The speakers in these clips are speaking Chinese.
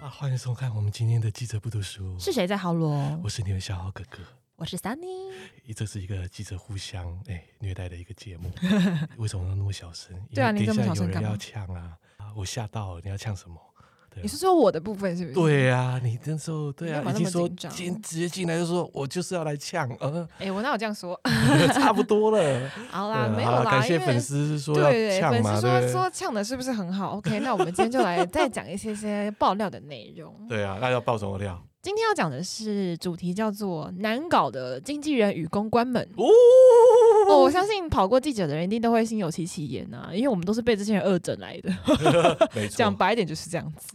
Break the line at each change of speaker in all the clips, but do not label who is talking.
啊欢迎收看我们今天的记者不读书。
是谁在豪罗
我？是你的小好哥哥。
我是 Sunny。
这是一个记者互相哎、虐待的一个节 目。为什么要那么小声？
对啊
因为
你这么
等一
小
下
声
有
干嘛
人要呛啊！啊我吓到了，你要呛什
嗯
么？对啊
你是说我的部分是不是？，
对啊，你那时候对啊
你干，嘛
已
那
经
么
说
紧张
今天直接进来就说我就是要来呛， 呃，
哎、我哪有这样说？
差不多了。
好啦，
对啊
没有
好了
啦，
感谢
因为
粉丝说
对
要
对，
呛
粉
嘛，
丝
对不
说
对
说呛的是不是很好？OK，那我们今天就来再讲一些些爆料的内 容。
对啊，那要爆什么料？
今天要讲的是主题叫做“难搞的经纪人与公关们”。
哦，
哦，我相信跑过记者的人一定都会心有戚戚焉呐，因为我们都是被这些人恶整来的。
没错，啊
讲白一点就是这样子。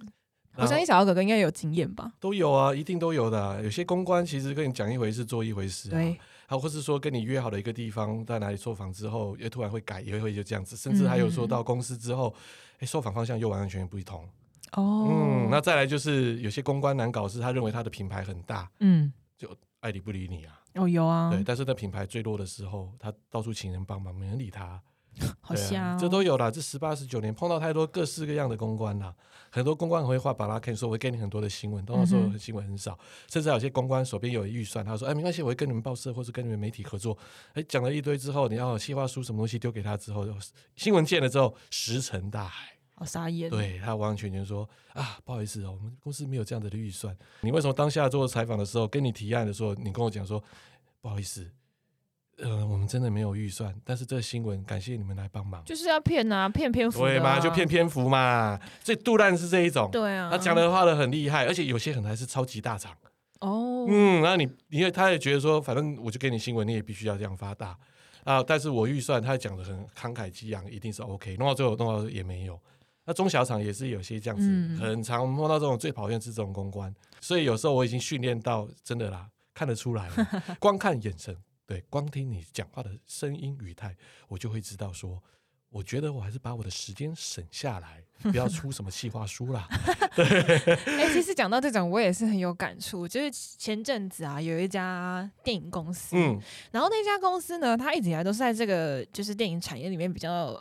我
然后
相信小姚哥哥应该有经验吧？
都有啊，一定都有的啊、有些公关其实跟你讲一回事，做一回事、啊，
对，
啊，或是说跟你约好的一个地方，在哪里受访之后，也突然会改，也会就这样子，甚至还有
嗯
说到公司之后，哎、受访方向又完完全全不同。
哦，
嗯，那再来就是有些公关难搞，是他认为他的品牌很大，
嗯，
爱理不理你啊。
哦有啊，
对，但是在品牌最弱的时候，他到处请人帮忙，没人理他。
好
对啊
瞎、哦
这都有啦。这十八、十九年碰到太多各式各样的公关啦，很多公关很会画巴拉，可以说我会给你很多的新闻，但那时
嗯
候
哼
新闻很少，甚至还有些公关手边有预算，他说：“哎，没关系，我会跟你们报社或是跟你们媒体合作。”哎，讲了一堆之后，你要有计划书什么东西丢给他之后，新闻见了之后石沉大海。
好傻眼。，
对他完完全全说啊，不好意思哦，我们公司没有这样子的预算。你为什么当下做采访的时候，跟你提案的时候，你跟我讲说不好意思，呃，我们真的没有预算，但是这个新闻感谢你们来帮忙。
就是要骗啊，骗篇幅、啊，
对嘛，就骗。篇幅嘛，所以杜烂是这一种，
对啊，
他讲的话的很厉害，而且有些可能还是超级大厂，
哦，
嗯，然后你，因为他也觉得说，反正我就给你新闻，你也必须要这样发大啊，但是我预算他讲的很慷慨激昂，一定是 OK，弄到最后弄到也没有。那中小厂也是有些这样子，
嗯
很常我们碰到这种最讨厌是这种公关，所以有时候我已经训练到真的啦，看得出来了， 光看眼神，对，光听你讲话的声音语态，我就会知道说，我觉得我还是把我的时间省下来，不要出什么计划书啦。
哎、其实讲到这种，我也是很有感触。就是前阵子啊，有一家电影公司，
嗯，
然后那家公司呢，它一直以来都是在这个就是电影产业里面比较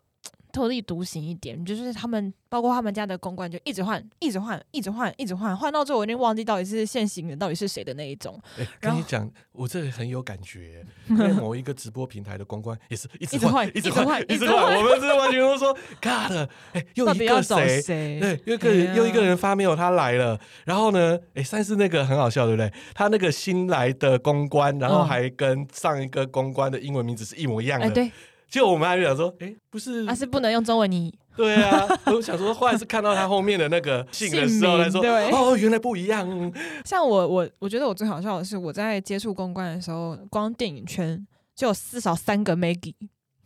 特立独行一点，就是他们包括他们家的公关就一直换，一直换，一直换，一直换，换到最后我已经忘记到底是现行的到底是谁的那一种，
欸、跟
然
你
后
讲，我这个很有感觉，因为某一个直播平台的公关也是一直
一直
换
换，
一直
一直
换，
换
一直
一直
换。
换
我们是完全都说 God，哎、又
到
一
底要
个
找
谁？
谁？
对，又一个人，
哎呀
又一个人发 mail，他来了。然后呢，哎、上一次那个很好笑，对不对？他那个新来的公关，然后
嗯
还跟上一个公关的英文名字是一模一样
哎、
的。
对，
就我们还想说，哎、不是，
啊是不能用中文你
对啊， 我想说，后来是看到他后面的那个姓的时候，
姓名
来说，
对
哦，原来不一样。嗯
像我，我我觉得我最好笑的是，我在接触公关的时候，光电影圈就有至少三个 Maggie，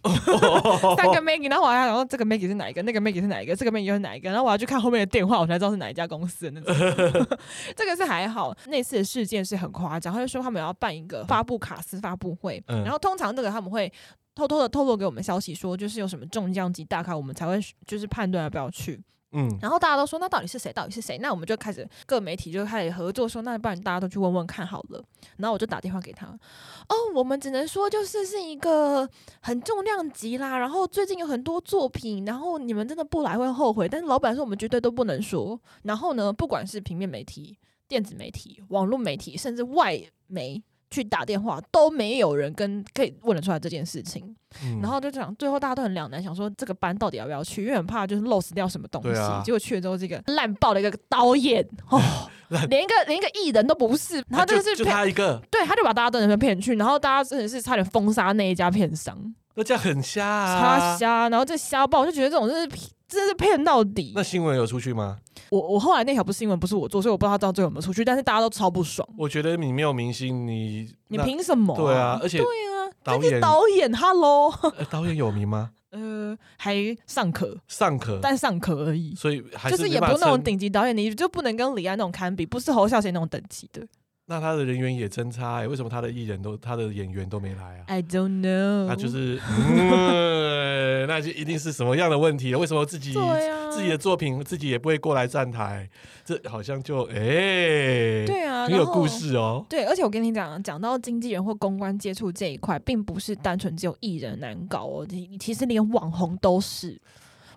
三
哦
个 Maggie，然后我还想说这个 Maggie 是哪一个，那个 Maggie 是哪一个，这个 Maggie 又是哪一个，然后我要去看后面的电话，我才知道是哪一家公司的那种。这个是还好，那次的事件是很夸张，他就说他们要办一个发布卡司发布会，
嗯
然后通常这个他们会。偷偷的透露给我们消息说，就是有什么重量级大咖，我们才会就是判断要不要去。
嗯，
然后大家都说，那到底是谁？到底是谁？那我们就开始各媒体就开始合作说，那不然大家都去问问看好了。然后我就打电话给他，哦，我们只能说就是是一个很重量级啦，然后最近有很多作品，然后你们真的不来会后悔。但是老板说我们绝对都不能说。然后呢，不管是平面媒体、电子媒体、网络媒体，甚至外媒。去打电话都没有人跟可以问得出来这件事情，
嗯
然后就想最后大家都很两难，想说这个班到底要不要去，因为很怕就是 lose 掉什么东
对
西。
啊
结果去了之后，这个烂爆的一个导演哦
烂，
连一个连一个艺人都不是，他
啊就
就是
就
骗，
他一个，
对，他就把大家都成骗去，然后大家真的是差点封杀那一家片商，
那这样很瞎啊！
他瞎，然后这瞎爆，我就觉得这种真是真是骗到底
那。新闻有出去吗？
我我后来那条不是新闻，不是我做，所以我不知道到最后有没有出去，但是大家都超不爽，
我觉得你没有明星，你
你
那
凭什么、
对啊，，而且
对啊，
导
这
演
个导演，Hello，
呃导演有名吗？
呃，还上课，
尚可，
但上课而已。
所以还
就是
没
也不
办
是
法
那种
称，
顶级导演，你就不能跟李安那种堪比，不是侯孝贤那种等级的。
那他的人员也真差哎，为什么他的艺人都他的演员都没来啊？
I don't know，
那就是，嗯 那就一定是什么样的问题了？为什么自己
对啊，
自己的作品自己也不会过来站台？这好像就哎，
对啊，
很有
然后
故。事哦。
对，而且我跟你讲，啊讲到经纪人或公关接触这一块，并不是单纯只有艺人难搞哦，其其实连网红都是。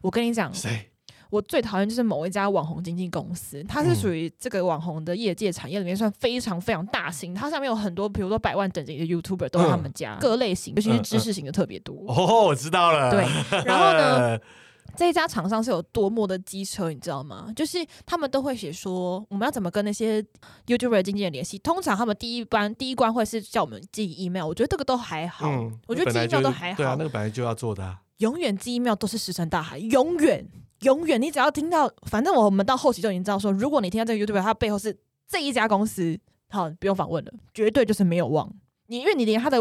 我跟你讲，
谁？
我最讨厌就是某一家网红经纪公司，它
嗯
是属于这个网红的业界产业里面算非常非常大型，它上面有很多，比如说百万等级的 YouTuber 都在他们家，各类型，尤其是知识型的特别多。
嗯哦，我知道了。
对，然后呢，
呃？
这一家厂商是有多么的机车，你知道吗？就是他们都会写说我们要怎么跟那些 YouTuber 经纪人联系。通常他们第一关第一关会是叫我们寄 email，我觉得这个都还好，
嗯，
我觉得
那本来
寄 email
就
都
是
还
对啊，
好
那。个本来就要做的啊。
永远寄 email 都是石沉大海，永远永远，你只要听到，反正我们到后期就已经知道说，如果你听到这个 YouTuber 他背后是这一家公司，好，不用访问了，绝对就是没有忘你，因为你连他的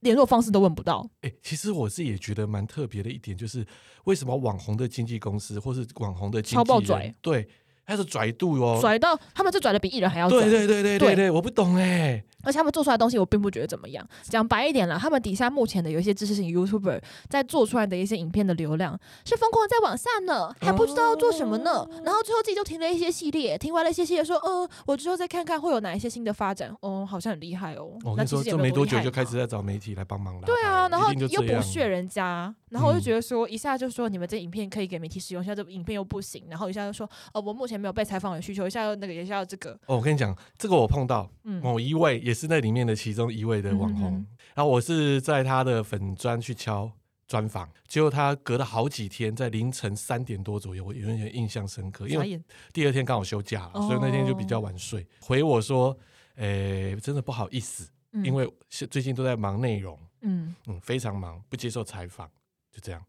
联络方式都问不到。
哎、其实我自己也觉得蛮特别的一点，就是为什么网红的经纪公司或是网红的经纪
超
人，
爆拽
对，他是拽度哦，
甩到他们是甩的比艺人还要拽，
对对对对对
对
对，我不懂哎、
而且他们做出来的东西我并不觉得怎么样。讲白一点啦，他们底下目前的有一些知识型 YouTuber 在做出来的一些影片的流量是疯狂地在往下呢，还不知道要做什么呢。
哦
然后最后自己就停了一些系列，停完了一些系列说，嗯，我之后再看看会有哪一些新的发展。哦，好像很厉害哦。
我
那
跟你
其
说，
实也
这没
多
多久
厉害
就开始
嘛。
在找媒体来帮忙了。
对啊，然后
一定就
又
这
不
样
屑人家，然后我就
嗯
觉得说，一下就说你们这影片可以给媒体使用，一下这影片又不行，然后一下又说，哦，我目前没有被采访的需求，一下又那个，一下又这个，
哦，我跟你讲，这个我碰到
嗯，
某一位，也是那里面的其中一位的网红，
嗯嗯
然后我是在他的粉砖去敲专访，结果他隔了好几天，在凌晨三点多左右，我永远印象深刻，因
傻
为
眼，
第二天刚好休假了，
哦
所以那天就比较晚睡，回我说，诶、真的不好意思，
嗯
因为是最近都在忙内容，
嗯，
嗯，非常忙，不接受采访，就这样。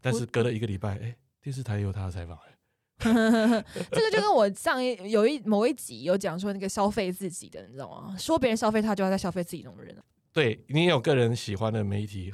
但是
嗯
隔了一个礼拜，哎、电视台也有他的采访、哎
这个就跟我上一有一某一集有讲说那个消费自己的，你知道吗？说别人消费他，就要在消费自己那种人，啊
对你也有个人喜欢的媒体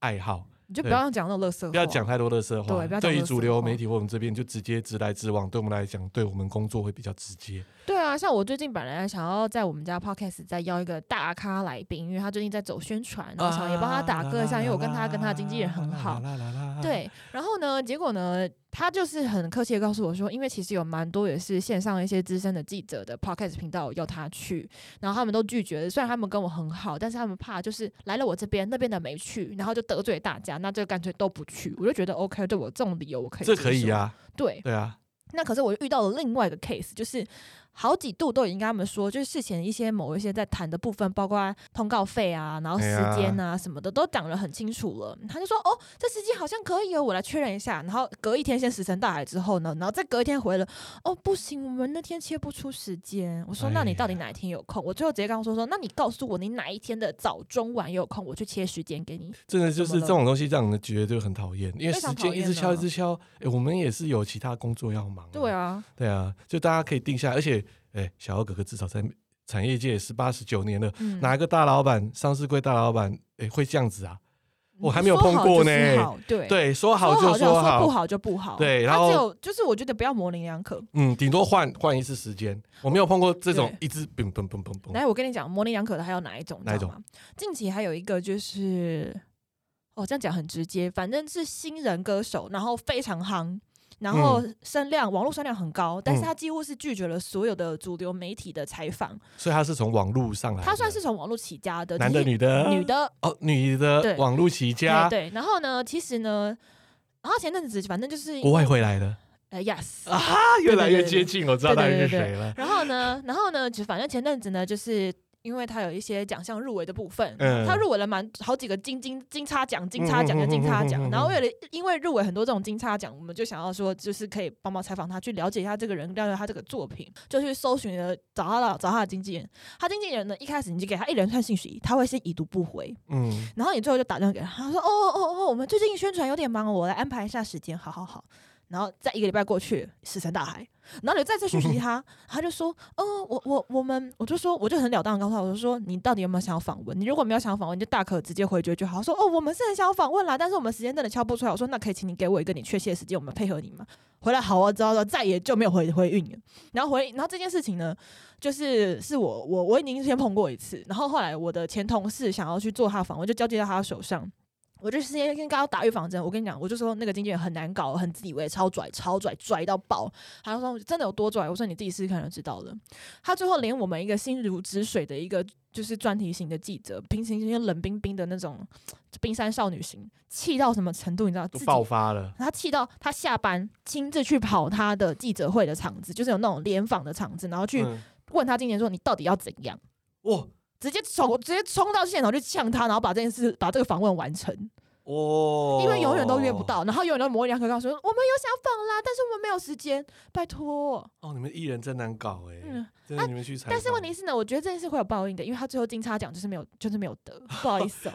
爱好，
你就不要讲那种乐色话，
不要讲太多的色话。
哦对不要讲
对于
垃圾
主流
话
媒体或我们这边就直接直来直往，对我们来讲，对我们工作会比较直接。
对啊，像我最近本来想要在我们家 podcast 再邀一个大咖来宾，因为他最近在走宣传，然后
啊
想也帮他打歌一下，因为我跟他跟他经纪人很好。
啦啦啦啦啦。
对，然后呢，结果呢，他就是很客气的告诉我说，因为其实有蛮多也是线上一些资深的记者的 podcast 频道要他去，然后他们都拒绝了。虽然他们跟我很好，但是他们怕就是来了我这边，那边的没去，然后就得罪大家，那就干脆都不去。我就觉得 OK，对我这种理由我可以，
这可以。啊，
对，
对啊，
那可是我遇到了另外一个 case，就是好几度都已经跟他们说，就是事前一些某一些在谈的部分，包括通告费啊，
哎
然后时间啊什么的，都讲得很清楚了。他就说：“哦，这时间好像可以哦，我来确认一下。”然后隔一天先石沉大海之后呢，然后再隔一天回了：“哦，不行，我们那天切不出时间。”我说：“
哎呀
那你到底哪一天有空？”我最后直接跟他说：“说那你告诉我你哪一天的早中晚有空，我去切时间给你。
真的就
怎
是
么
这
了
种东西让人觉得就很讨厌，因为时间一直敲
非常讨厌啊
一直敲。哎、我们也是有其他工作要忙、”
对，啊，
对啊，就大家可以定下来，而且，哎、小欧哥哥至少在产业界十八十九年了，
嗯，
哪一个大老板，上市贵大老板，哎、会这样子啊？我还没有
嗯说
碰
好
过
就是
呢
好对。
对，说
说
好就
就好，
好，
不好就不好。
对然
他
后
只有就是我觉得不要模棱两可。
嗯，顶多换换一次时间。我没有碰过这种
对
一直嘣嘣嘣嘣嘣，
来，我跟你讲，模棱两可的还有哪一种？
哦
你
哪一
知道吗？近期还有一个就是，哦，这样讲很直接，反正是新人歌手，然后非常夯。然后声量，网络声量很高，但
嗯
是他几乎是拒绝了所有的主流媒体的采访。
所以他是从网络上来的，
他算是从网络起家的，
男的、
只是
女的、
女的，
哦，女的
对
网络起
哎
家，
对。然后呢，其实呢，然后前阵子反正就是，
国外回来的
呃，yes，
啊， 越来越接近，我知道
对
他
对
是
对对
谁了。
然后呢，然后呢，就反正前阵子呢，就是因为他有一些奖项入围的部分，
嗯
他入围了蛮好几个金金金叉奖、金叉奖跟金
嗯嗯嗯
叉
嗯嗯
奖。
嗯
然后为了因为入围很多这种金叉奖，我们就想要说，就是可以帮忙采访他，去了解一下这个人，了解他这个作品，就去搜寻了找他的找他的经纪人。他经纪人呢，一开始你就给他一连串信息，他会先已读不回，
嗯，
然后你最后就打电话给他，他说：“哦哦哦，我们最近宣传有点忙，我来安排一下时间，好好好。”然后再一个礼拜过去，石沉大海。然后你再次讯息他，他就说：“嗯、我我我们，我就说，我就很了当的告诉他，我就说，你到底有没有想要访问？你如果没有想要访问，你就大可直接回绝就好。他说哦，我们是很想要访问啦，但是我们时间真的敲不出来。我说那可以，请你给我一个你确切的时间，我们配合你嘛。回来好啊，知道了，再也就没有回回应了。然后回，然后这件事情呢，就是是我我我已经先碰过一次，然后后来我的前同事想要去做他的访问，就交接到他手上。我就先先刚打预防针，我跟你讲，我就说那个经纪人很难搞，很自以为超拽，超拽，拽到爆。他就说真的有多拽，我说你自己试试看就知道了。他最后连我们一个心如止水的一个就是专题型的记者，平行就是冷冰冰的那种冰山少女型，气到什么程度，你知道？自
都
己
爆发了，
他气到他下班亲自去跑他的记者会的场子，就是有那种联访的场子，然后去
嗯
问他今年说你到底要怎样，
哇
直接
哦
冲直接冲到现场去呛他，然后把这件事把这个访问完成，
哦，
因为永远都约不到，然后永远都模棱两可告诉我们有想访啦，但是我们没有时间，拜托。
哦，你们艺人真难搞哎、
嗯
真的
啊
你们去采访、
但是问题是呢，我觉得这件事会有报应的，因为他最后金叉奖就是没有就是没有得，不好意思 哦、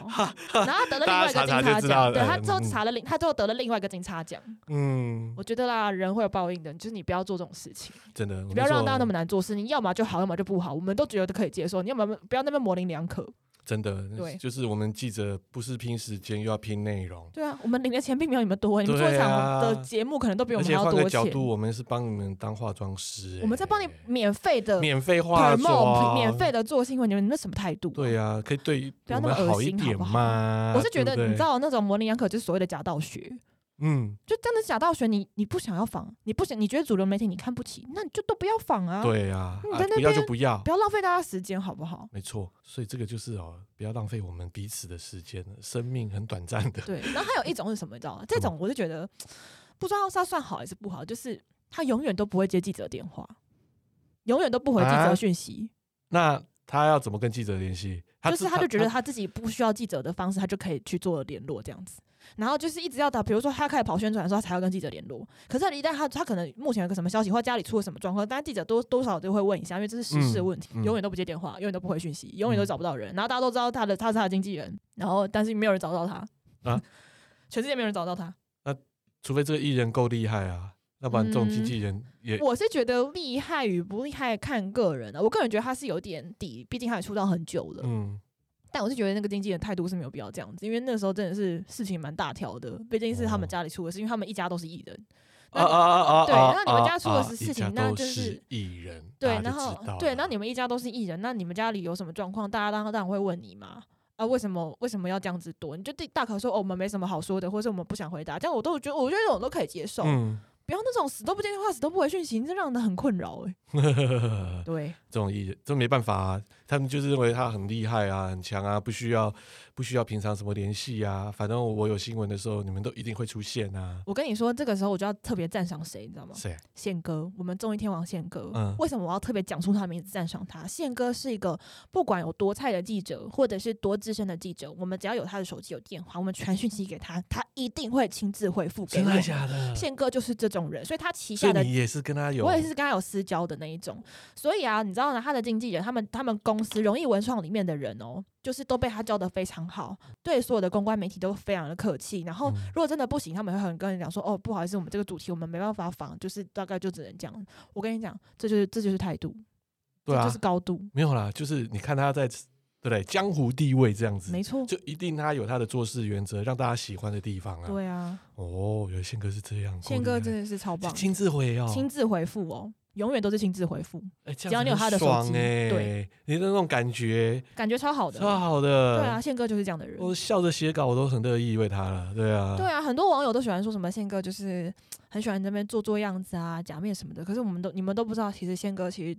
然后他得了另外一个
大家查查
金
就
叉
知道了
奖，对他
嗯
最后
嗯
查了另他最后得了另外一个金叉奖，
嗯，
我觉得啦，人会有报应的，就是你不要做这种事情。
真的
不要让大家那
么
么难做事，你要么就好，要么就不好，我们都觉得可以接受。你要么不要那边模棱两可。
真的，
对
就是我们记者不是拼时间，又要拼内容。
对啊，我们领的钱并没有你们多、你们做一
对
场
啊
的节目可能都比我
而
们还
且
要
换
多
个角
钱。
度，我欸们是帮你们当化妆师、欸，
我们在帮你免费的
免费化
promote
妆，啊
免费。的做新闻，你们那什么态度？
对呀、啊，可以对
不要
我
那么
们
恶
好一
心好
点
不好
嘛。
我是觉得
对不对
你知，道那种模棱两可就是所谓的假道学，
嗯，
就真的假道学你，你不想要仿，你不想你觉得主流媒体你看不起，那你就都不要仿啊，
对呀、啊
你在那
不要就
边
不要
不，要浪费大家时间好不好？
没错。所以这个就是哦，不要浪费我们彼此的时间了，生命很短暂的。
对，然后还有一种是什么，你知道吗？这
什么
种我就觉得不知道是要算好还是不好，就是他永远都不会接记者电话，永远都不回记者
啊
讯息，
那他要怎么跟记者联系？
就是
知
他就觉得他自己不需要记者的方式，他就可以去做联络这样子。然后就是一直要打，比如说他开始跑宣传的时候，他才要跟记者联络。可是，一旦他他可能目前有个什么消息，或家里出了什么状况，但记者多多少都会问一下，因为这是时事的问题，
嗯嗯
永远都不接电话，永远都不回讯息，永远都
嗯
找不到人。然后大家都知道他的他是他的经纪人，然后但是没有人找到他
啊，
全世界没有人找到他。
除非这个艺人够厉害啊，要不然这种经纪人也、
嗯我是觉得厉害与不厉害看个人的、我个人觉得他是有点底，毕竟他也出道很久了。
嗯，
但我是觉得那个经纪人态度是没有必要这样子，因为那时候真的是事情蛮大条的，毕竟是他们
哦
家里出的事，因为他们一家都是艺人。那
啊
你
啊啊啊！
对
啊
那你们家出的
啊
是
一
事情
家
那
都
就是
是艺人，
对，
大家
然
就
后
知道
对，
了
那你们一家都是艺人，那你们家里有什么状况，大家当当然会问你嘛。啊，为什么为什么要这样子躲？你就大大可说哦，我们没什么好说的，或者我们不想回答，这样我都觉得，我觉得这种都可以接受，
嗯，
不要那种死都不接电话、死都不回讯息，这让人很困扰哎、欸
这
对，
种艺人这没办法啊，他们就是认为他很厉害啊，很强啊，不需要不需要平常什么联系啊，反正我有新闻的时候，你们都一定会出现啊。
我跟你说，这个时候我就要特别赞赏谁，你知道吗？
谁？
宪哥，我们综艺天王宪哥。
嗯
为什么我要特别讲出他的名字赞赏他？宪哥是一个不管有多菜的记者，或者是多资深的记者，我们只要有他的手机有电话，我们传讯息给他，他一定会亲自回复给
真
我
的。假的？
宪哥就是这种人，所以他旗
所
下
以
的。
你也是跟他有，
我也是跟他有私交的那一种，所以啊，你知道呢，他的经纪人，他们他们公司容易文创里面的人哦，就是都被他教的非常好，对所有的公关媒体都非常的客气。然后
嗯
如果真的不行，他们会很跟你讲说，哦，不好意思，我们这个主题我们没办法仿，就是大概就只能这样。我跟你讲，这就是这就是态度，
对
这
啊
就是，高度，
没有啦，就是你看他在对不对江湖地位这样子，
没错，
就一定他有他的做事原则，让大家喜欢的地方啊。
对啊，
哦，原来宪哥是这样，
宪哥
这
真的是超棒，
亲自回哦，
亲自回复哦，永远都是亲自回复，
哎，只
只要你有他的手机
哎，
对，
你的那种感觉
感觉超好的，
超好的，
对啊，，宪哥就是这样的人，
我笑着写稿我都很乐意为他了，对啊，
对啊，很多网友都喜欢说什么宪哥就是很喜欢在那边做做样子啊、假面什么的。可是我们都你们都不知道，其实宪哥其实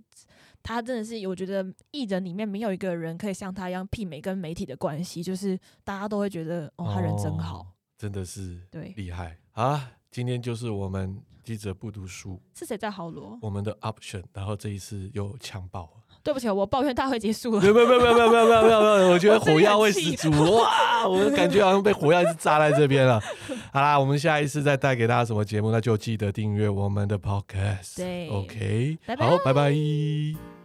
他真的是，我觉得艺人里面没有一个人可以像他一样媲美跟媒体的关系，就是大家都会觉得哦，他人真好。
哦，真的是
对，
厉害啊！今天就是我们记者不读书，
是谁在好罗？
我们的 option，然后这一次又强暴了。
对不起，我抱怨大会结束
没
了。
有没有没有没有没有没有没有没有没有，我觉得
我真的
火药
很
味
气
十足哇！我感觉好像被火药一直炸在这边了。好啦，我们下一次再带给大家什么节目，那就记得订阅我们的 podcast。
对
，OK，
拜拜
好，拜拜。